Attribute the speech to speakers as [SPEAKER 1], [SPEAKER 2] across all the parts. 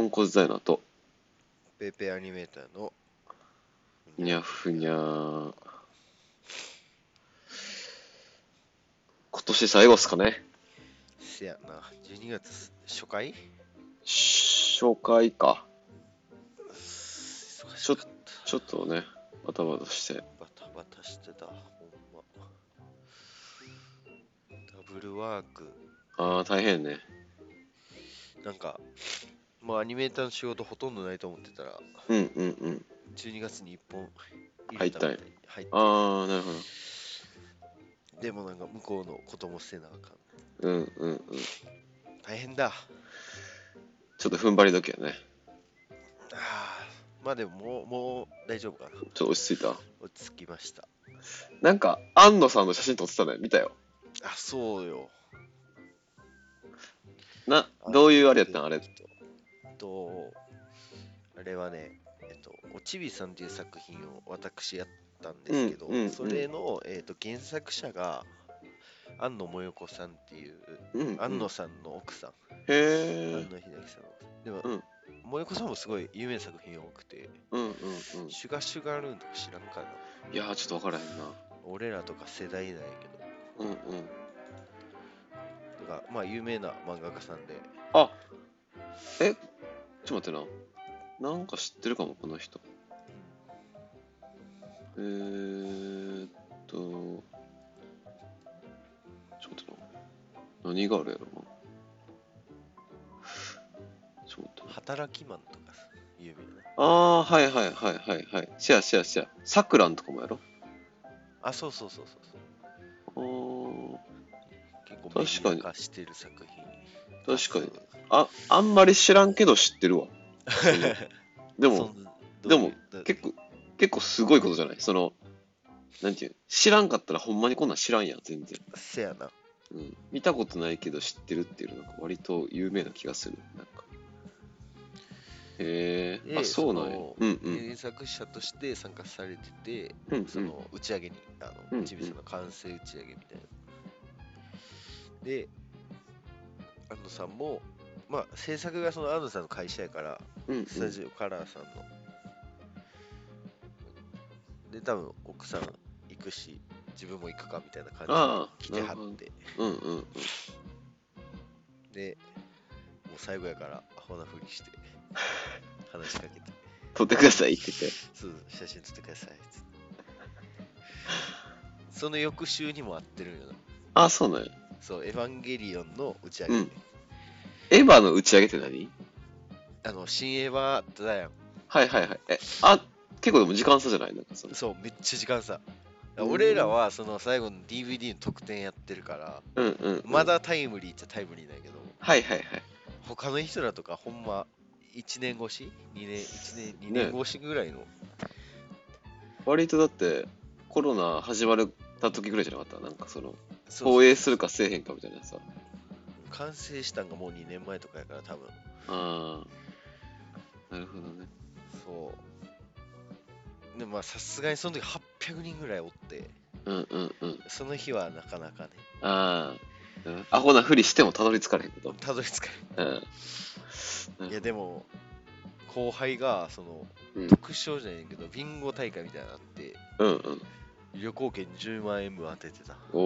[SPEAKER 1] ンコザイラと、
[SPEAKER 2] ペーペーアニメーターの
[SPEAKER 1] にゃふにゃー。今年最後っすかね。
[SPEAKER 2] せやな12月初回
[SPEAKER 1] 初回か。
[SPEAKER 2] 忙
[SPEAKER 1] ちょ
[SPEAKER 2] しかった
[SPEAKER 1] ちょっとね、バタバタして。
[SPEAKER 2] バタバタしてたほんまダブルワーク
[SPEAKER 1] ああ、大変ね。
[SPEAKER 2] なんかもうアニメーターの仕事ほとんどないと思ってたら
[SPEAKER 1] うんうんうん。
[SPEAKER 2] 12月に1本入れみいに入っ
[SPEAKER 1] ああ、なるほ
[SPEAKER 2] たでもなんか向こうのこともしてなあかん
[SPEAKER 1] ど。うんうんうん。
[SPEAKER 2] 大変だ
[SPEAKER 1] ちょっと踏ん張り時やね。
[SPEAKER 2] あーまあでももうもう大丈夫かな
[SPEAKER 1] ちょっと落ち着いた。
[SPEAKER 2] 落ち着きました
[SPEAKER 1] なんか、安野さんの写真撮ってたね。見たよ。
[SPEAKER 2] あそうよ
[SPEAKER 1] な、どういうあれやったんあれ。
[SPEAKER 2] えっと、あれはね、えっと、おちびさんという作品を私やったんですけど、
[SPEAKER 1] うんうんうん
[SPEAKER 2] それの、えっと、原作者が、安野もよこさんっていう、
[SPEAKER 1] うん、うん。
[SPEAKER 2] 安野さんの奥さん、
[SPEAKER 1] へ
[SPEAKER 2] 安
[SPEAKER 1] え。
[SPEAKER 2] 野秀樹さんの奥さん。でも、もよこさんもすごい有名な作品多くて、
[SPEAKER 1] うんうんうん。
[SPEAKER 2] シュガシュガルーンとか知らんかな。
[SPEAKER 1] いやー、ちょっとわからへんな。
[SPEAKER 2] 俺らとか世代なんやけど、
[SPEAKER 1] うんうん。
[SPEAKER 2] とか、まあ、有名な漫画家さんで、
[SPEAKER 1] あえちょっと待ってな。なんか知ってるかも、この人。えーっと、ちょっと待ってな。何があるやろな。ちょっと待って。
[SPEAKER 2] 働きマンとかさ有名な。
[SPEAKER 1] あー、はいはいはいはいはい。シェアシェアシェア。さくらんとかもやろ
[SPEAKER 2] あ、そうそうそうそうそ
[SPEAKER 1] あ
[SPEAKER 2] う。
[SPEAKER 1] ー
[SPEAKER 2] 結構
[SPEAKER 1] 確かに
[SPEAKER 2] メディア化してる作品
[SPEAKER 1] 確かにあ、あんまり知らんけど知ってるわ。でも、
[SPEAKER 2] で
[SPEAKER 1] でも結構、結構すごいことじゃないその、なんていう知らんかったらほんまにこんなん知らんやん、全然。
[SPEAKER 2] せやな
[SPEAKER 1] うん。見たことないけど知ってるっていうのなんか割と有名な気がする。なんか。へえ、
[SPEAKER 2] で
[SPEAKER 1] あ、そうなんや。
[SPEAKER 2] の
[SPEAKER 1] うんうん。
[SPEAKER 2] 原作者として参加されてて、
[SPEAKER 1] うんう
[SPEAKER 2] そ
[SPEAKER 1] ん。
[SPEAKER 2] の打ち上げにあ
[SPEAKER 1] うんう
[SPEAKER 2] の
[SPEAKER 1] ん
[SPEAKER 2] ちびさんの完成打ち上げみたいな、で安野さんもまあ制作がその安野さんの会社やから
[SPEAKER 1] うんうん
[SPEAKER 2] スタジオカラーさんの、で多分奥さん行くし自分も行くかみたいな感
[SPEAKER 1] ああ
[SPEAKER 2] じで来ては
[SPEAKER 1] なるほ
[SPEAKER 2] っ
[SPEAKER 1] ど
[SPEAKER 2] て
[SPEAKER 1] うんうんうん。
[SPEAKER 2] で、もう最後やから、アホなふ りして、話しかけて、
[SPEAKER 1] 撮ってくださいって言って。
[SPEAKER 2] そう写真撮ってくださいっつって。その翌週にも会ってるんよな。
[SPEAKER 1] あ、そうなんや。
[SPEAKER 2] そう、エヴァンゲリオンの打ち上げ、
[SPEAKER 1] うんエヴァの打ち上げって何
[SPEAKER 2] あの、新エヴァだやん。
[SPEAKER 1] はいはいはい。え、あ、結構でも時間差じゃないなんかその。
[SPEAKER 2] そう、めっちゃ時間差。
[SPEAKER 1] うん
[SPEAKER 2] 俺らはその最後の DVD の特典やってるから、
[SPEAKER 1] うんうん。
[SPEAKER 2] ま。だタイムリーっちゃタイムリーなんやけど、
[SPEAKER 1] はいはいはい。
[SPEAKER 2] 他の人らとかほんま1年越し ?2 年、1年、2年越しぐらいの
[SPEAKER 1] 割とだって、コロナ始まった時ぐらいじゃなかったなんかその。
[SPEAKER 2] そう
[SPEAKER 1] 放映するかせえへんかみたいなさ。
[SPEAKER 2] 完成したんがもう2年前とかやから多分
[SPEAKER 1] ああ。なるほどね。
[SPEAKER 2] そうでまあさすがにその時800人ぐらいおって
[SPEAKER 1] うんうんうん。
[SPEAKER 2] その日はなかなかね
[SPEAKER 1] ああ。うんアホなふりしてもたどり着かれへんこと。
[SPEAKER 2] たどり着か
[SPEAKER 1] うん。
[SPEAKER 2] ないいやでも後輩がその、
[SPEAKER 1] うん
[SPEAKER 2] 特賞じゃないけどビンゴ大会みたいなのあって
[SPEAKER 1] うんうん。
[SPEAKER 2] 旅行券10万円分当ててた
[SPEAKER 1] お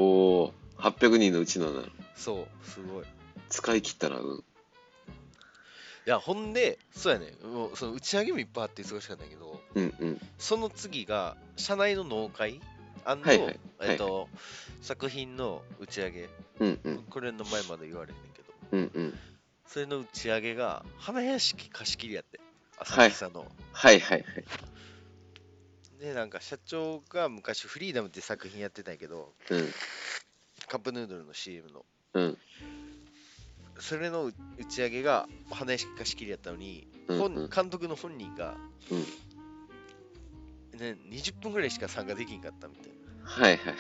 [SPEAKER 1] お。800人のうちのな。
[SPEAKER 2] そうすごいい
[SPEAKER 1] 使い切ったら、うん。
[SPEAKER 2] やほんでそうやねもうその打ち上げもいっぱいあって忙しかったんやけど
[SPEAKER 1] うんうん。
[SPEAKER 2] その次が社内の農会あの、
[SPEAKER 1] はいはい
[SPEAKER 2] えっと作品の打ち上げ
[SPEAKER 1] うんうん。
[SPEAKER 2] これの前まで言われへんねんけど
[SPEAKER 1] うんうん。
[SPEAKER 2] それの打ち上げが花屋敷貸し切りやって
[SPEAKER 1] はい
[SPEAKER 2] 浅草の、
[SPEAKER 1] はいはいはい。
[SPEAKER 2] でなんか社長が昔「フリーダム」って作品やってたんやけど
[SPEAKER 1] うん。
[SPEAKER 2] カップヌードルの CM の
[SPEAKER 1] うん。
[SPEAKER 2] それの打ち上げが花屋敷貸し切りやったのに、
[SPEAKER 1] うん
[SPEAKER 2] 本
[SPEAKER 1] うん
[SPEAKER 2] 監督の本人が、ね、20分ぐらいしか参加できんかったみたい
[SPEAKER 1] はいはい。
[SPEAKER 2] な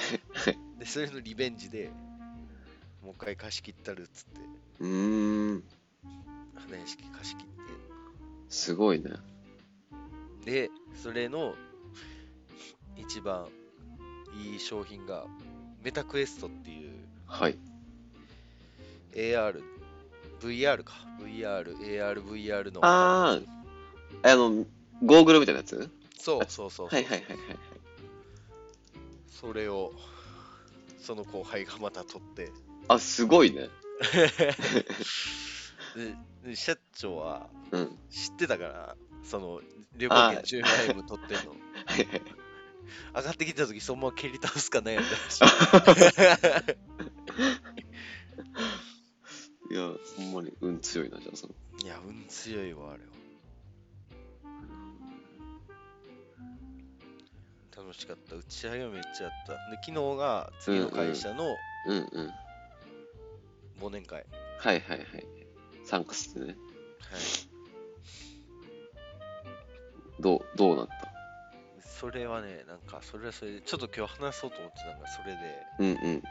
[SPEAKER 2] でそれのリベンジでもう一回貸し切ったるっつって
[SPEAKER 1] うーん。
[SPEAKER 2] 花屋敷貸し切って
[SPEAKER 1] すごいね。
[SPEAKER 2] でそれの一番いい商品がメタクエストっていう
[SPEAKER 1] はい。
[SPEAKER 2] AR VR か。VR、AR、VR の。
[SPEAKER 1] ああ、あの、ゴーグルみたいなやつ
[SPEAKER 2] そうそうそうそう。
[SPEAKER 1] はいはいはいはい。
[SPEAKER 2] それを、その後輩がまた取って。
[SPEAKER 1] あ、すごいね。
[SPEAKER 2] でで社長は
[SPEAKER 1] うん。
[SPEAKER 2] 知ってたから、その、旅行券10万円分取ってんの。
[SPEAKER 1] はいはい
[SPEAKER 2] 上がってきた時そのまま蹴り倒すかねみ
[SPEAKER 1] いや、ほんまに運強いな、じゃあ、その。
[SPEAKER 2] いや、運強いわ、あれは。楽しかった。打ち上げもめっちゃやった。で、昨日が次の会社の
[SPEAKER 1] うんうん。は
[SPEAKER 2] 忘年会。
[SPEAKER 1] いはいはい。参加してね。どう、どうなった
[SPEAKER 2] はい。それはね、なんか、それはそれで、ちょっと今日話そうと思ってたのが、それで、
[SPEAKER 1] うんうん。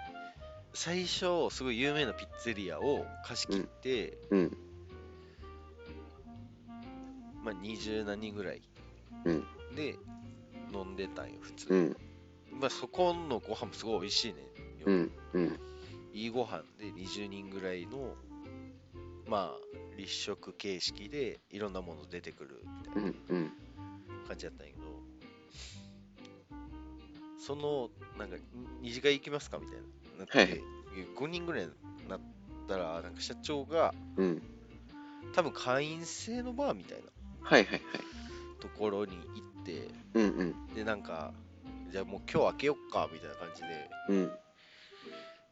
[SPEAKER 2] 最初、すごい有名なピッツェリアを貸し切って、
[SPEAKER 1] うん
[SPEAKER 2] まあ、20何人ぐらい。
[SPEAKER 1] うん
[SPEAKER 2] で、飲んでたんよ、普通
[SPEAKER 1] う
[SPEAKER 2] に。
[SPEAKER 1] ん
[SPEAKER 2] まあ、そこのご飯もすごい美味しいね。
[SPEAKER 1] うんうん
[SPEAKER 2] いいご飯で20人ぐらいの、まあ、立食形式でいろんなもの出てくるみた
[SPEAKER 1] う
[SPEAKER 2] いなん
[SPEAKER 1] うん
[SPEAKER 2] 感じだったんやけど、その、なんか、二次会行きますかみたいな。なって、
[SPEAKER 1] はいはい
[SPEAKER 2] 5人ぐらいになったら、なんか社長が、
[SPEAKER 1] うん。
[SPEAKER 2] 多分会員制のバーみたいな
[SPEAKER 1] はいはいはい。
[SPEAKER 2] ところに行って、
[SPEAKER 1] うんうん
[SPEAKER 2] で、なんか、じゃあもう今日開けよっかみたいな感じで、
[SPEAKER 1] うん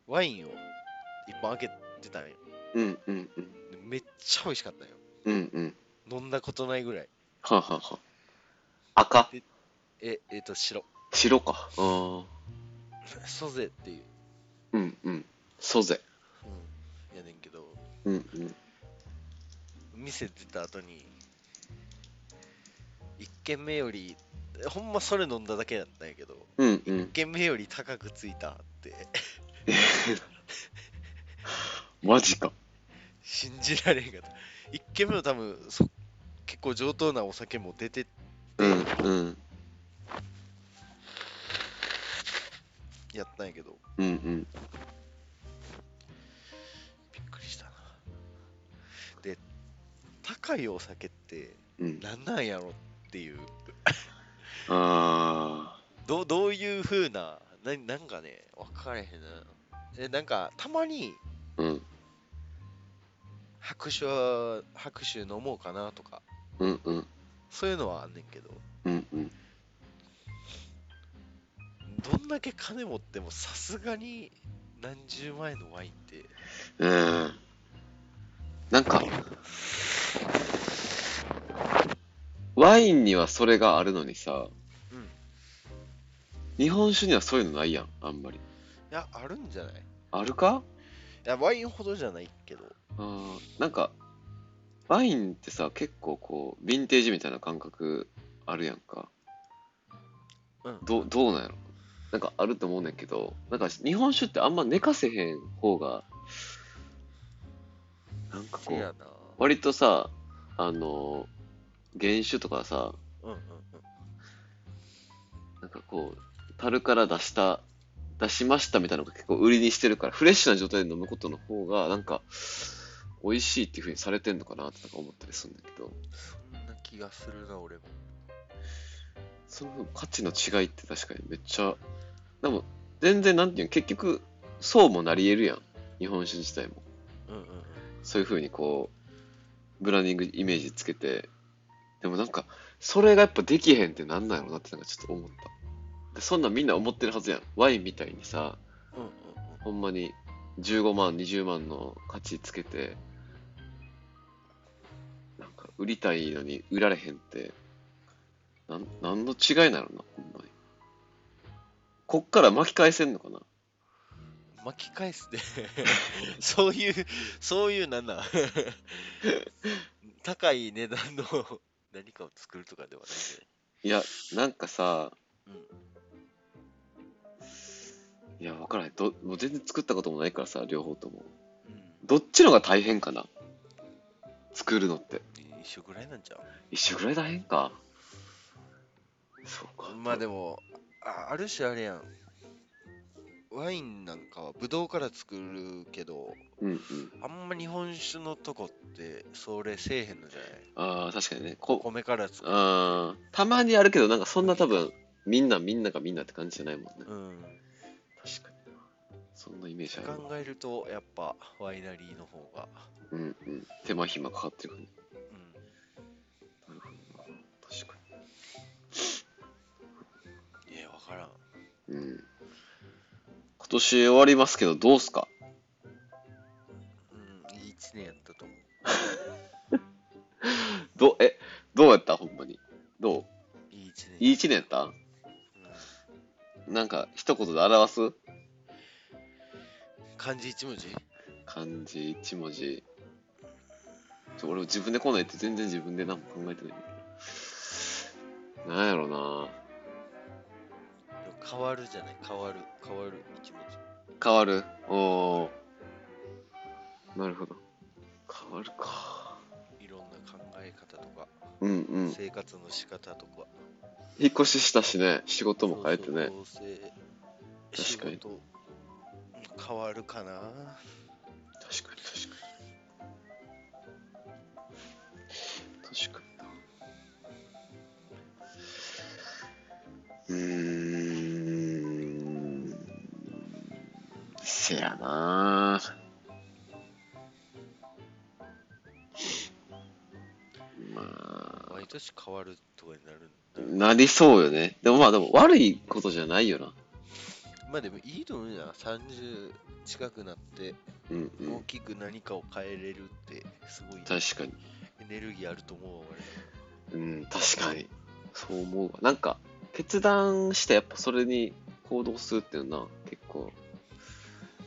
[SPEAKER 2] ワインを一本開けてたんよ。
[SPEAKER 1] うんうんうん
[SPEAKER 2] でめっちゃ美味しかったんよ。
[SPEAKER 1] うんうん。
[SPEAKER 2] 飲んだことないぐらい。
[SPEAKER 1] はあ、はあはあ、赤
[SPEAKER 2] え、えっ、と、白。
[SPEAKER 1] 白か。ああ。
[SPEAKER 2] ソゼっていう。
[SPEAKER 1] うんうん。ソゼ。
[SPEAKER 2] やねんけど、
[SPEAKER 1] うんうん。
[SPEAKER 2] 店出た後に、1軒目より、ほんまそれ飲んだだけだったんやけど、
[SPEAKER 1] うんう
[SPEAKER 2] 1
[SPEAKER 1] ん。
[SPEAKER 2] 軒目より高くついたって、
[SPEAKER 1] マジか。
[SPEAKER 2] 信じられへんかった。1軒目の多分、そ結構上等なお酒も出てって
[SPEAKER 1] うんうん。
[SPEAKER 2] やったんやけど、
[SPEAKER 1] うんうん。
[SPEAKER 2] びっくりしたな。で、高いお酒って
[SPEAKER 1] うん。
[SPEAKER 2] 何なんやろっていう。
[SPEAKER 1] あ
[SPEAKER 2] どうどういう風なななんかね分からへんなえなんかたまに
[SPEAKER 1] あ。うん
[SPEAKER 2] 拍手は拍手飲もうかなとか
[SPEAKER 1] うんうん
[SPEAKER 2] そういうのはあんねんけど
[SPEAKER 1] うんうん。
[SPEAKER 2] どんだけ金持ってもさすがに何十万円のワインって
[SPEAKER 1] うん。なんか、ワインにはそれがあるのにさ、
[SPEAKER 2] うん
[SPEAKER 1] 日本酒にはそういうのないやん、あんまり。
[SPEAKER 2] いやあるんじゃないい
[SPEAKER 1] あるか
[SPEAKER 2] やワインほどじゃないけど
[SPEAKER 1] あーなんか、ワインってさ、結構こう、ヴィンテージみたいな感覚あるやんか。
[SPEAKER 2] うん
[SPEAKER 1] どどうなんやろなんかあると思うねんけど、なんか日本酒ってあんま寝かせへん方が、なんかこ、
[SPEAKER 2] いうやな
[SPEAKER 1] 割とさあの原酒とかさ
[SPEAKER 2] うんうん
[SPEAKER 1] なんかこう樽から出した出しましたみたいなのが結構売りにしてるからフレッシュな状態で飲むことの方がなんか美味しいっていう風にされてんのかなってなんか思ったりするんだけど
[SPEAKER 2] うんな気がするな俺も
[SPEAKER 1] その価値の違いって確かにめっちゃでも全然なんていうの結局そうもなり得るやん日本酒自体も
[SPEAKER 2] うんうんうん
[SPEAKER 1] そういう風にこうブランディングイメージつけてでもなんかそれがやっぱできへんってなんなんやろなってなんかちょっと思ったでそんなんみんな思ってるはずやんワインみたいにさ
[SPEAKER 2] うんうんうん
[SPEAKER 1] ほんまに15万20万の価値つけてなんか売りたいのに売られへんってなんなんの違いなのなほんまにこっから巻き返せんのかな
[SPEAKER 2] 巻き返すで そういうそういうなん だ高い値段の何かを作るとかではないんで
[SPEAKER 1] いやなんかさ
[SPEAKER 2] うん
[SPEAKER 1] いや分からへんどもう全然作ったこともないからさ両方とも
[SPEAKER 2] うん
[SPEAKER 1] どっちのが大変かな作るのって。
[SPEAKER 2] 一緒ぐらいなんちゃ
[SPEAKER 1] 一緒ぐらい大変か。そう
[SPEAKER 2] う
[SPEAKER 1] か。
[SPEAKER 2] まあでもあある種あれやんワインなんかはブドウから作るけど
[SPEAKER 1] うんうん。
[SPEAKER 2] あんま日本酒のとこってそれせえへんのじゃない
[SPEAKER 1] ああ、確かにね。
[SPEAKER 2] お
[SPEAKER 1] こ
[SPEAKER 2] 米から作る
[SPEAKER 1] あーたまにあるけど、なんかそんな多分、みんなみんながみんなって感じじゃないもんね。
[SPEAKER 2] うん
[SPEAKER 1] 確かにな。そんなイメージあるわ。
[SPEAKER 2] 考えるとやっぱワイナリーの方が
[SPEAKER 1] うんうん。手間暇かかってる感じ。
[SPEAKER 2] うん
[SPEAKER 1] なるほどな。確か
[SPEAKER 2] いや、わからん。
[SPEAKER 1] に。うん。今年終わりますけど、どうすか
[SPEAKER 2] うん、いい一年やったと思う。
[SPEAKER 1] どう、え、どうやったほんまに。ど
[SPEAKER 2] いい一年。
[SPEAKER 1] ういい一年やったなんか、一言で表す
[SPEAKER 2] うん漢字一文字
[SPEAKER 1] 漢字一文字ちょ俺も自分で来ないって全然自分で何も考えてないんだけどなんやろな
[SPEAKER 2] 変わるじゃない変わる。変わる一文字。
[SPEAKER 1] 変わるおーなるほど変わるか
[SPEAKER 2] いろんな考え方とか、
[SPEAKER 1] うんうん
[SPEAKER 2] 生活の仕方とか。
[SPEAKER 1] 引っ越ししたしね仕事も変えてね
[SPEAKER 2] そうそう同
[SPEAKER 1] 確かに
[SPEAKER 2] 性仕事変わるかな
[SPEAKER 1] 確かに確かに確かになうーんせやなま
[SPEAKER 2] 毎年変わるとかになる
[SPEAKER 1] あ
[SPEAKER 2] んだ。
[SPEAKER 1] なりそうよねでもまあでも悪いことじゃないよな
[SPEAKER 2] まあでもいいと思うじゃん。30近くなって、
[SPEAKER 1] うんう
[SPEAKER 2] 大
[SPEAKER 1] ん
[SPEAKER 2] きく何かを変えれるって、すごい
[SPEAKER 1] 確かに
[SPEAKER 2] エネルギーあると思うわ、俺。
[SPEAKER 1] うん、確かに。そう思うわ。なんか、決断してやっぱそれに行動するっていうのはな、結構、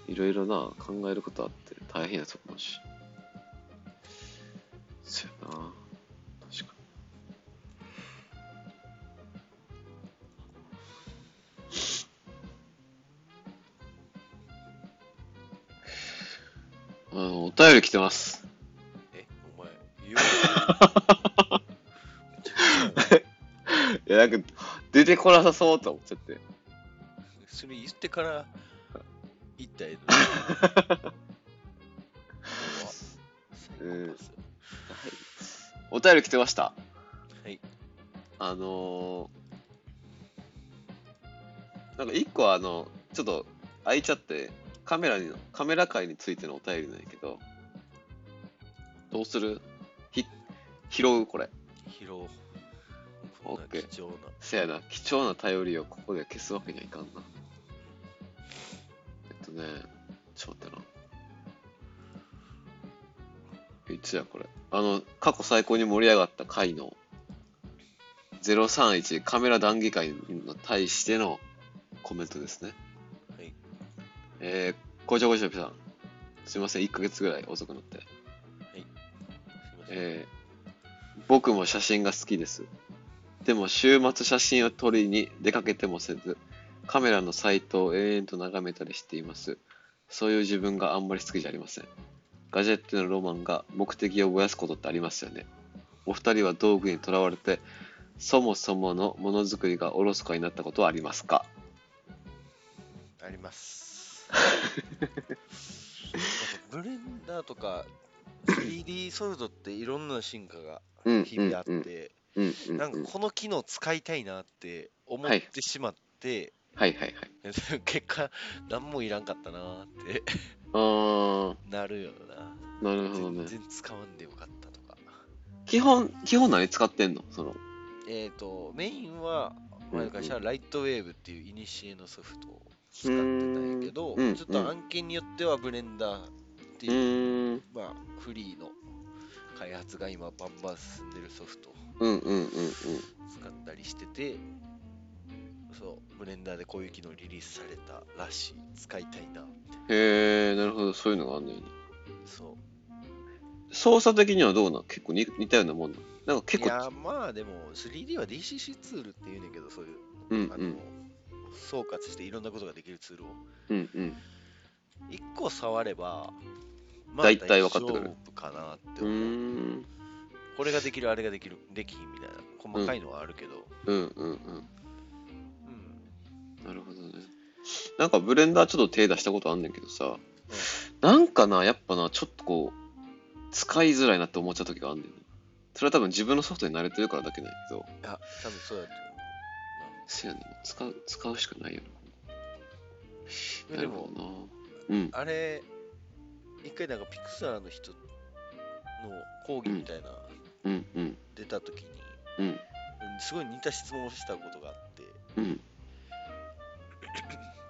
[SPEAKER 1] いろいろな考えることあって大変やと思うし。そうやな。確かに。あの、お便り来てます。
[SPEAKER 2] え、お前、言うよ
[SPEAKER 1] いや、なんか、出てこなさそうと思っちゃって。
[SPEAKER 2] それ言ってから言ったやつ。
[SPEAKER 1] うんお便り来てました。
[SPEAKER 2] はい。
[SPEAKER 1] あのーなんか一個はあの、ちょっと開いちゃって、カメラに、カメラ界についてのお便りなんやけど、どうするひ、拾うこれ。
[SPEAKER 2] 疲労。こんな貴重な。
[SPEAKER 1] せやな、貴重な頼りをここで消すわけにはいかんな。えっとね、ちょっと待ってな。いつやこれ。あの、過去最高に盛り上がった回の031カメラ談義会に対してのコメントですね。
[SPEAKER 2] はい。
[SPEAKER 1] えー、こちょこちょぴさん。すいません、1ヶ月ぐらい遅くなって。
[SPEAKER 2] すいません。
[SPEAKER 1] えー僕も写真が好きです。でも週末写真を撮りに出かけてもせず、カメラのサイトを永遠と眺めたりしています。そういう自分があんまり好きじゃありません。ガジェットのロマンが目的を燃やすことってありますよね。お二人は道具にとらわれて、そもそものものづくりがおろそかになったことはありますか
[SPEAKER 2] あります。なんかブレンダーとか 3D ソルトっていろんな進化が
[SPEAKER 1] うん
[SPEAKER 2] 日々あって、
[SPEAKER 1] うんうん
[SPEAKER 2] なんか
[SPEAKER 1] うん
[SPEAKER 2] この機能使いたいなって思っ
[SPEAKER 1] はい
[SPEAKER 2] てしまって、
[SPEAKER 1] はいはいはい。
[SPEAKER 2] 結果何もいらんかったなーって
[SPEAKER 1] あー、
[SPEAKER 2] なるよな。
[SPEAKER 1] なるほどね
[SPEAKER 2] 全。然使わんでよかったとか。
[SPEAKER 1] 基本、基本何使ってんのその、
[SPEAKER 2] えっ、と、メインは、前の会社はライトウェーブっていうイニシエのソフトを使ってたんやけど、
[SPEAKER 1] うんうん
[SPEAKER 2] ちょっと案件によってはブレンダーって
[SPEAKER 1] う
[SPEAKER 2] いう、
[SPEAKER 1] ーん、
[SPEAKER 2] まあ、フリーの開発が今バンバン進んでるソフトを
[SPEAKER 1] うんうんうんうん。
[SPEAKER 2] 使ったりしてて、そう、ブレンダーでこういう機能リリースされたらしい、使いたいな、
[SPEAKER 1] へえ、なるほど、そういうのがあんのよね。
[SPEAKER 2] そう。
[SPEAKER 1] 操作的にはどうなん結構に似たようなもんなんなんか結
[SPEAKER 2] いや
[SPEAKER 1] 構、
[SPEAKER 2] まあでも 3D は DCC ツールっていうんだけどそういう、
[SPEAKER 1] うんう
[SPEAKER 2] あの
[SPEAKER 1] ん、
[SPEAKER 2] 総括していろんなことができるツールを
[SPEAKER 1] うんうん。
[SPEAKER 2] 一個触ればま
[SPEAKER 1] 大体分かってくる
[SPEAKER 2] 大丈夫かなって
[SPEAKER 1] うー
[SPEAKER 2] 思う、
[SPEAKER 1] ん、
[SPEAKER 2] これができるあれができるできひんみたいな細かいのはあるけど、
[SPEAKER 1] うんうんうん。
[SPEAKER 2] うん
[SPEAKER 1] なるほどね。なんかブレンダーちょっと手出したことあんねんけどさ、なんかな、やっぱな、ちょっとこう、使いづらいなって思っちゃう時があんねん。それは多分自分のソフトに慣れてるからだけなんやけど、
[SPEAKER 2] あ多分そうだと思
[SPEAKER 1] せやねん。使う、使うしかないよ
[SPEAKER 2] う
[SPEAKER 1] な。な
[SPEAKER 2] いやで
[SPEAKER 1] るほ
[SPEAKER 2] も
[SPEAKER 1] どな。うん。
[SPEAKER 2] あれ一回なんかピクサーの人の講義みたいな、
[SPEAKER 1] うん、うん、
[SPEAKER 2] 出た時に
[SPEAKER 1] うん、
[SPEAKER 2] うんすごい似た質問をしたことがあって
[SPEAKER 1] うん、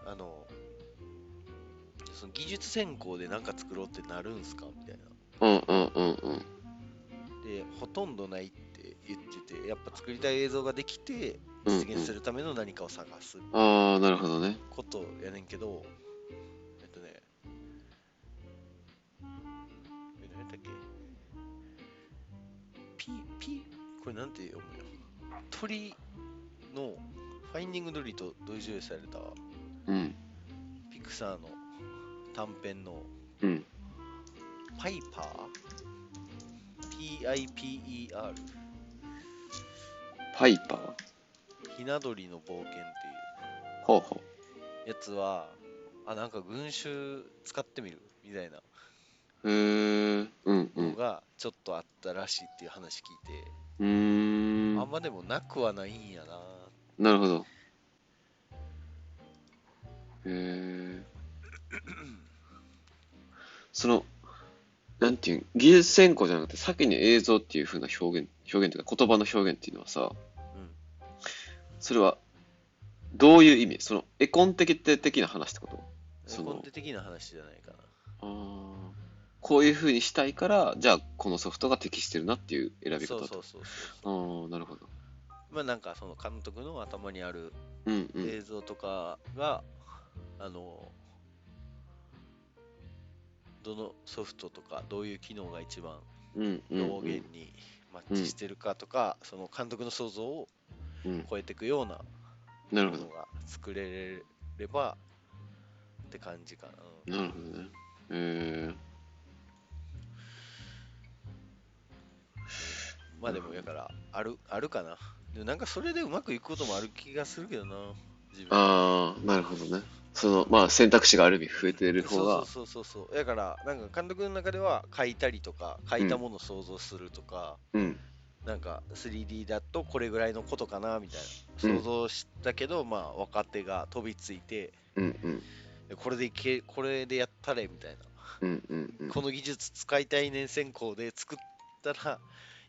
[SPEAKER 2] あのその技術専攻で何か作ろうってなるんすかみたいな
[SPEAKER 1] うん、うん、うん、うん。
[SPEAKER 2] でほとんどないって言っててやっぱ作りたい映像ができて
[SPEAKER 1] うん
[SPEAKER 2] 実現するための何かを探す
[SPEAKER 1] ああ、なるほどね。
[SPEAKER 2] ことやねんけどえっとねえ何やったっけ P, P これなんて読むよ鳥のファインディングドリーと同時上映された
[SPEAKER 1] うん、
[SPEAKER 2] ピクサーの短編の
[SPEAKER 1] うん。
[SPEAKER 2] パイパー ?P-I-P-E-R
[SPEAKER 1] パイパー
[SPEAKER 2] ひな鳥の冒険っていう
[SPEAKER 1] ほうほ
[SPEAKER 2] やつはあなんか群衆使ってみるみたいな
[SPEAKER 1] う。へえ。うん、う
[SPEAKER 2] の
[SPEAKER 1] ん。
[SPEAKER 2] がちょっとあったらしいっていう話聞いて、
[SPEAKER 1] うーん
[SPEAKER 2] あん。までもなくはないんやな
[SPEAKER 1] なるほど。へえ。その、なんていうん、技術専攻じゃなくて、先に映像っていう風な表現、表現というか、言葉の表現っていうのはさ、
[SPEAKER 2] ん
[SPEAKER 1] それは、どういう意味その、絵コンテ的な話ってことそ
[SPEAKER 2] 根
[SPEAKER 1] の
[SPEAKER 2] 本的な話じゃないかな
[SPEAKER 1] あーこういう風にしたいから、じゃあ、このソフトが適してるなっていう選び
[SPEAKER 2] そ
[SPEAKER 1] 方
[SPEAKER 2] う
[SPEAKER 1] と。
[SPEAKER 2] そうそうそう
[SPEAKER 1] ああ、なるほど。
[SPEAKER 2] まあなんかその監督の頭にある
[SPEAKER 1] うんうん。
[SPEAKER 2] 映像とかが、あのどのソフトとかどういう機能が一番
[SPEAKER 1] うんうんうん。
[SPEAKER 2] 表現にマッチしてるかとか、その監督の想像を
[SPEAKER 1] うん。
[SPEAKER 2] 超えていくような
[SPEAKER 1] なる
[SPEAKER 2] も
[SPEAKER 1] ほ
[SPEAKER 2] の
[SPEAKER 1] ど。
[SPEAKER 2] が作れればって感じかな。うん
[SPEAKER 1] なるほどね。え
[SPEAKER 2] まあでもやからあるあるかな。でもなんかそれでうまくいくこともある気がするけどな。自
[SPEAKER 1] ー、ああ、なるほどね。その、まあ、選択肢がある意味増えてる方が、
[SPEAKER 2] そうそうそうそうそう。だからなんか監督の中では書いたりとか書いたものを想像するとか、
[SPEAKER 1] うん、
[SPEAKER 2] なんか 3D だとこれぐらいのことかなみたい
[SPEAKER 1] うん
[SPEAKER 2] な想像したけど、まあ若手が飛びついて
[SPEAKER 1] うん、うん、
[SPEAKER 2] これでいけこれでやったれみたいな。
[SPEAKER 1] うん、うん、うん。
[SPEAKER 2] この技術使いたい年選考で作ったら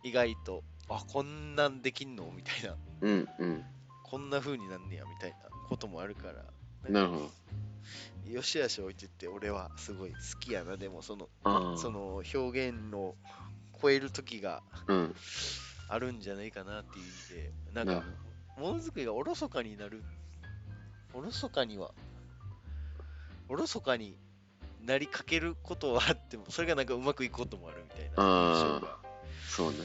[SPEAKER 2] 意外とあこんなんできんのみたいな
[SPEAKER 1] うん、うん。
[SPEAKER 2] こんな風になんねやみたいなこともあるから
[SPEAKER 1] なるほど。
[SPEAKER 2] よしあし置いてって俺はすごい好きやなでもその
[SPEAKER 1] ああ、
[SPEAKER 2] その表現を超える時が
[SPEAKER 1] うん。
[SPEAKER 2] あるんじゃないかなっていう意味でな
[SPEAKER 1] なんる
[SPEAKER 2] か
[SPEAKER 1] ほ
[SPEAKER 2] ものづくりがおろそかになるおろそかにはおろそかになりかけることはあってもそれがなんかうまくいくこともあるみたいな
[SPEAKER 1] あー
[SPEAKER 2] が
[SPEAKER 1] そうね。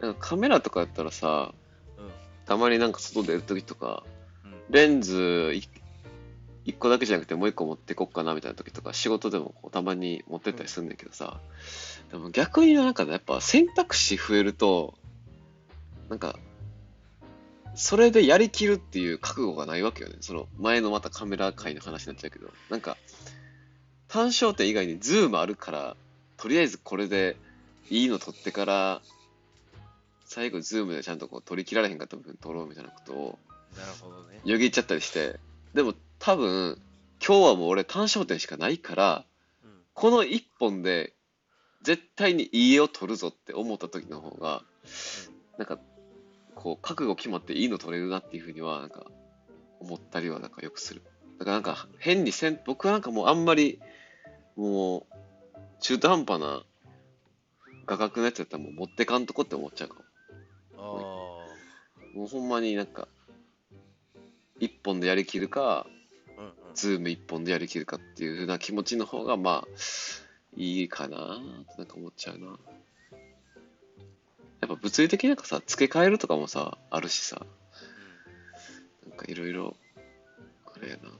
[SPEAKER 1] なんかカメラとかやったらさ、
[SPEAKER 2] うん
[SPEAKER 1] たまになんか外出るときとか、
[SPEAKER 2] うん
[SPEAKER 1] レンズい一個だけじゃなくてもう一個持ってこっかなみたいな時とか仕事でもこうたまに持ってったりするんだけどさ、でも逆になんかねやっぱ選択肢増えるとなんかそれでやりきるっていう覚悟がないわけよねその前のまたカメラ界の話になっちゃうけどなんか単焦点以外にズームあるからとりあえずこれでいいの撮ってから最後ズームでちゃんとこう撮り切られへんかった部分撮ろうみたいなことを
[SPEAKER 2] なるほどね。
[SPEAKER 1] よぎっちゃったりしてでも多分今日はもう俺単焦点しかないから
[SPEAKER 2] うん、
[SPEAKER 1] この一本で絶対にいい絵を撮るぞって思った時の方がなんかこう覚悟決まっていいの撮れるなっていうふうにはなんか思ったりはなんかよくするだからなんか変にせん僕はなんかもうあんまりもう中途半端な画角のやつやったらもう持ってかんとこって思っちゃうかも
[SPEAKER 2] ああ、
[SPEAKER 1] もうほんまになんか一本でやりきるか
[SPEAKER 2] うんうん。
[SPEAKER 1] ズーム一本でやりきるかっていう風な気持ちの方がまあいいかなってなんか思っちゃうなやっぱ物理的になんかさ付け替えるとかもさあるしさなんかいろいろあれやなと思っ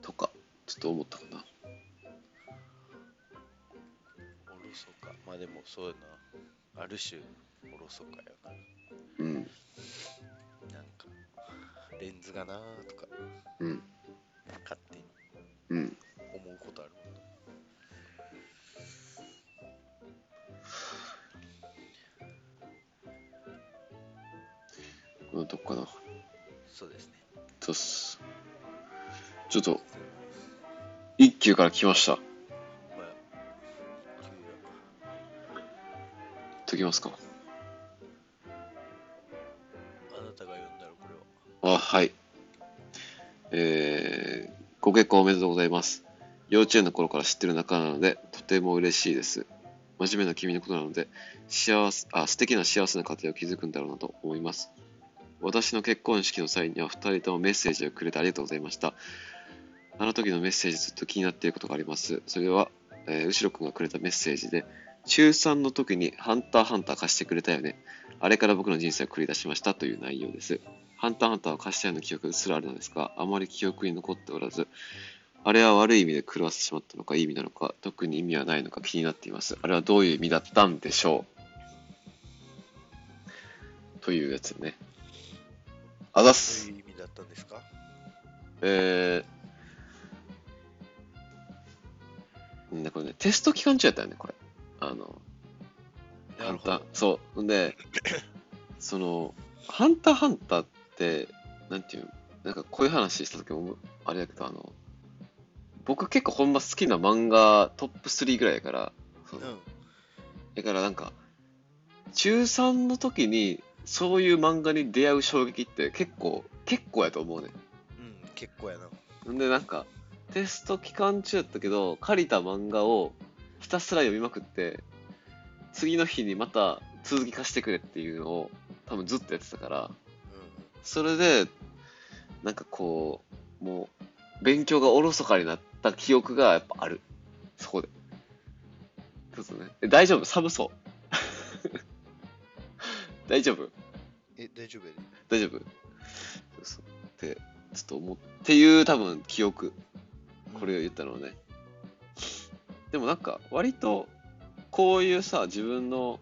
[SPEAKER 1] たとかちょっと思ったかな
[SPEAKER 2] おろそか。まあでもそうやな。ある種、おろそかやな。
[SPEAKER 1] うん
[SPEAKER 2] なんか、レンズがなーとか、
[SPEAKER 1] うん
[SPEAKER 2] 勝手に
[SPEAKER 1] うん。
[SPEAKER 2] 思うことあるもんな
[SPEAKER 1] このとこかな。
[SPEAKER 2] そうですね。
[SPEAKER 1] そうっす。ちょっと、一級から来ました。
[SPEAKER 2] まあ、給料
[SPEAKER 1] 解きますか。
[SPEAKER 2] あなたが読んだらこれは。
[SPEAKER 1] あ、はい。えー、ご結婚おめでとうございます。幼稚園の頃から知ってる仲なので、とても嬉しいです。真面目な君のことなので、幸せ、あ、素敵な幸せな家庭を築くんだろうなと思います。私の結婚式の際には2人ともメッセージをくれてありがとうございました。あの時のメッセージずっと気になっていることがあります。それは、えー、後ろくんがくれたメッセージで、中3の時にハンターハンター貸してくれたよね。あれから僕の人生を繰り出しましたという内容です。ハンターハンターは貸したような記憶すらあるのですが、あまり記憶に残っておらず、あれは悪い意味で狂わせてしまったのか、いい意味なのか、特に意味はないのか気になっています。あれはどういう意味だったんでしょうというやつね。あざっす
[SPEAKER 2] どういう意味だったんですか
[SPEAKER 1] えー、ね、これね、テスト期間中やったよね、これ。あの、
[SPEAKER 2] な
[SPEAKER 1] ハ
[SPEAKER 2] るほ
[SPEAKER 1] ン
[SPEAKER 2] ど
[SPEAKER 1] ター。そう。ん で、その、ハンターハンターって、なんていうのなんかこういう話した時も、あれだけど、あの、僕結構ほんま好きな漫画トップ3ぐらいやから、そう
[SPEAKER 2] うん。
[SPEAKER 1] だからなんか、中3の時にそういう漫画に出会う衝撃って結構、結構やと思うね。
[SPEAKER 2] うん、結構やな。
[SPEAKER 1] んでなんかテスト期間中やったけど借りた漫画をひたすら読みまくって次の日にまた続き貸してくれっていうのを多分ずっとやってたから
[SPEAKER 2] う
[SPEAKER 1] それでなんかこうもう勉強がおろそかになった記憶がやっぱあるそこでちょっとねえ大丈夫寒そう 大丈夫
[SPEAKER 2] ん。え、大丈夫やで。
[SPEAKER 1] 大丈夫そうそうってちょっと思っていう多分記憶これを言ったのはね。でもなんか、割と、こういうさ、自分の、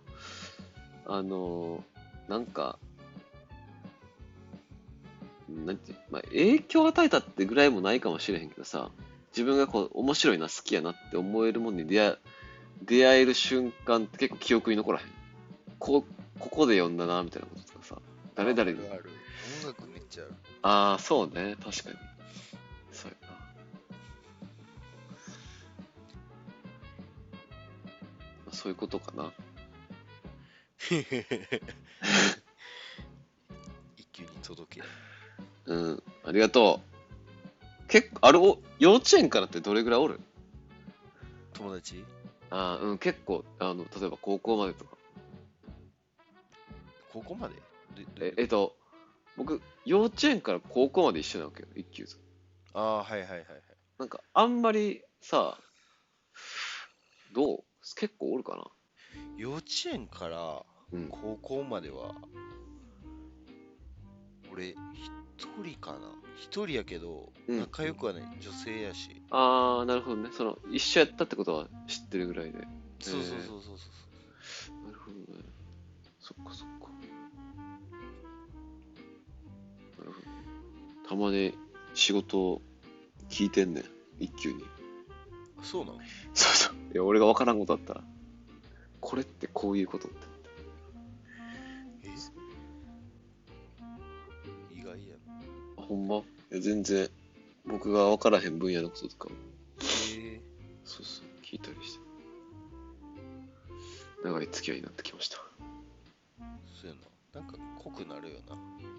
[SPEAKER 1] あのーなんか、なんていう、まあ、影響を与えたってぐらいもないかもしれへんけどさ、自分がこう、面白いな、好きやなって思えるもんに出会出会える瞬間って結構記憶に残らへん。こう、ここで読んだな、みたいなこととかさ、誰々に
[SPEAKER 2] あるある。音楽めっちゃある。
[SPEAKER 1] ああ、そうね、確かに。そうやな。まあそういうことかな。
[SPEAKER 2] 一級に届け。
[SPEAKER 1] うん、ありがとう。結構、あれお、幼稚園からってどれぐらいおる
[SPEAKER 2] 友達
[SPEAKER 1] ああ、うん、結構、あの、例えば高校までとか。
[SPEAKER 2] ここまででどう
[SPEAKER 1] え
[SPEAKER 2] いう、
[SPEAKER 1] えっと、僕、幼稚園から高校まで一緒なわけよ、一級と。
[SPEAKER 2] ああ、はいはいはいはい。
[SPEAKER 1] なんか、あんまりさ、どう結構おるかな
[SPEAKER 2] 幼稚園から
[SPEAKER 1] うん
[SPEAKER 2] 高校までは、俺、一人かな。一人やけど、
[SPEAKER 1] うん
[SPEAKER 2] 仲良くはね、女性やし。
[SPEAKER 1] ああ、なるほどね。その、一緒やったってことは知ってるぐらいで。なる
[SPEAKER 2] そうそう
[SPEAKER 1] えー
[SPEAKER 2] そうそうそう。
[SPEAKER 1] ほどね。そっかそっか。なるほど。たまに仕事を聞いてんねん。一級に。
[SPEAKER 2] あそうなの
[SPEAKER 1] そうそう。いや、俺が分からんことあったら、これってこういうことって。
[SPEAKER 2] え意外やな。
[SPEAKER 1] あほんまいや、全然、僕が分からへん分野のこととかを
[SPEAKER 2] え
[SPEAKER 1] そうそう、聞いたりして。長い付き合いになってきました。
[SPEAKER 2] ー、そうやな。なんか濃くなるよな。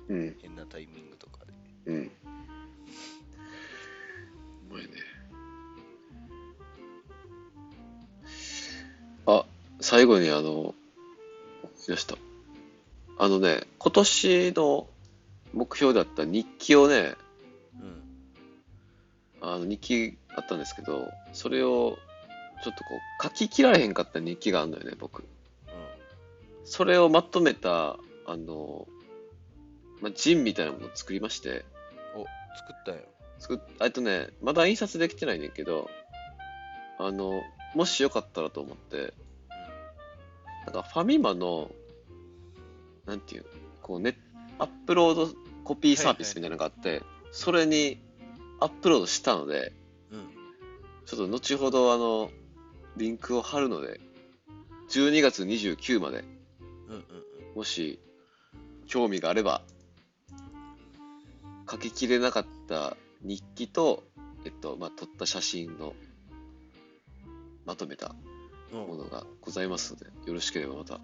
[SPEAKER 1] うん、
[SPEAKER 2] 変なタイミングとかで。
[SPEAKER 1] うん。うまいね。あ、最後にあの、いました。あのね、今年の目標だった日記をね、
[SPEAKER 2] うん。
[SPEAKER 1] あの日記あったんですけど、それをちょっとこう書き切られへんかった日記があるのよね、僕。それをまとめた、あの、まあ、ジンみたいなものを作りまして、
[SPEAKER 2] うん。お、作ったよ。
[SPEAKER 1] 作っえっとね、まだ印刷できてないねんけど、あの、もしよかったらと思って、なんかファミマの、なんていうのこうね、アップロードコピーサービスみたいなのがあって、それにアップロードしたので、
[SPEAKER 2] うん。
[SPEAKER 1] ちょっと後ほどあの、リンクを貼るので、12月29まで、
[SPEAKER 2] うんうんうん。
[SPEAKER 1] もし興味があれば、書ききれなかった日記と、えっと、まあ、撮った写真のまとめた
[SPEAKER 2] うん
[SPEAKER 1] ものがございますので、よろしければまた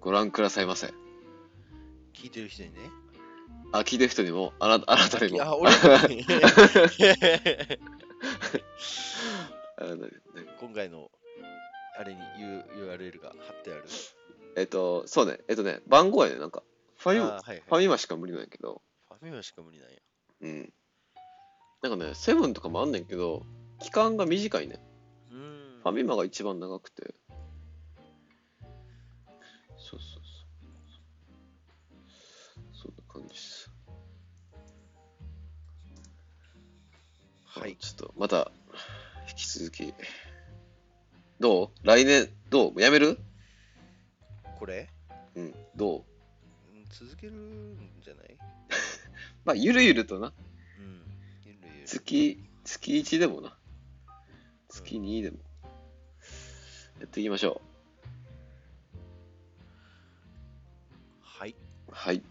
[SPEAKER 1] ご覧くださいませ。
[SPEAKER 2] 聞いてる人にね。
[SPEAKER 1] あ、聞いてる人にも、あなあなたにも、
[SPEAKER 2] あ、
[SPEAKER 1] あ
[SPEAKER 2] 俺に
[SPEAKER 1] なたにもね
[SPEAKER 2] 今回のあれに U- URL が貼ってある。
[SPEAKER 1] えっと、そうね、えっとね、番号やね、なんか、ファミマ
[SPEAKER 2] あーはいはい
[SPEAKER 1] ファミマしか無理なんやけど、
[SPEAKER 2] ファミマしか無理なんや。
[SPEAKER 1] うん。なんかね、セブンとかもあんねんけど、期間が短いね。
[SPEAKER 2] うーん
[SPEAKER 1] ファ。ミマが一番長くて。そうそうそう。そんな感じです。
[SPEAKER 2] はい。
[SPEAKER 1] ちょっと、また、引き続き。どう来年、どうやめる
[SPEAKER 2] これ
[SPEAKER 1] うん、どう
[SPEAKER 2] うん続けるんじゃない
[SPEAKER 1] まあ、ゆるゆるとな。
[SPEAKER 2] うん。ゆるゆる
[SPEAKER 1] 月、月1でもな。月2でも。やっていきましょ
[SPEAKER 2] はい。
[SPEAKER 1] う。はい。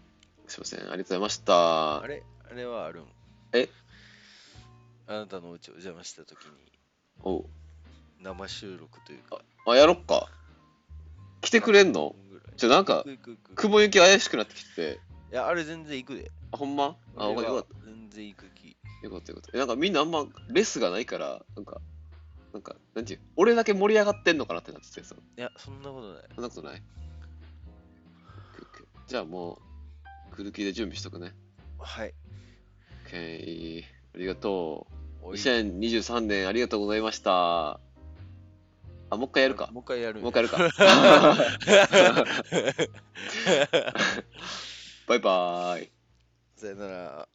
[SPEAKER 1] すいません。ありがとうございました。
[SPEAKER 2] あれあれはあるん
[SPEAKER 1] え
[SPEAKER 2] あなたのお家お邪魔したときに
[SPEAKER 1] おう
[SPEAKER 2] 生収録というか。
[SPEAKER 1] あ、やろっか。来てくれんの
[SPEAKER 2] ぐらい
[SPEAKER 1] じゃあなんか
[SPEAKER 2] 行く行く行く
[SPEAKER 1] 雲行き怪しくなってきて。
[SPEAKER 2] いや、あれ全然行くで。
[SPEAKER 1] あ、ほんまあ、
[SPEAKER 2] 俺
[SPEAKER 1] よ
[SPEAKER 2] は
[SPEAKER 1] かっ
[SPEAKER 2] 全然行く気。
[SPEAKER 1] た。よかったよかった。えなんかみんなあんまレスがないから、なんか、なんか、なんていう、俺だけ盛り上がってんのかなってなってて、そ
[SPEAKER 2] いや、そんなことない。
[SPEAKER 1] そんなことない。オッケーオッケーじゃあもう、くるきで準備しとくね。
[SPEAKER 2] はい。
[SPEAKER 1] オッケー。ありがとう。
[SPEAKER 2] おい
[SPEAKER 1] 2023年ありがとうございました。あ、もう一回やるか。
[SPEAKER 2] もう一回やる。
[SPEAKER 1] もう一回やるか。バイバーイ。
[SPEAKER 2] さよなら。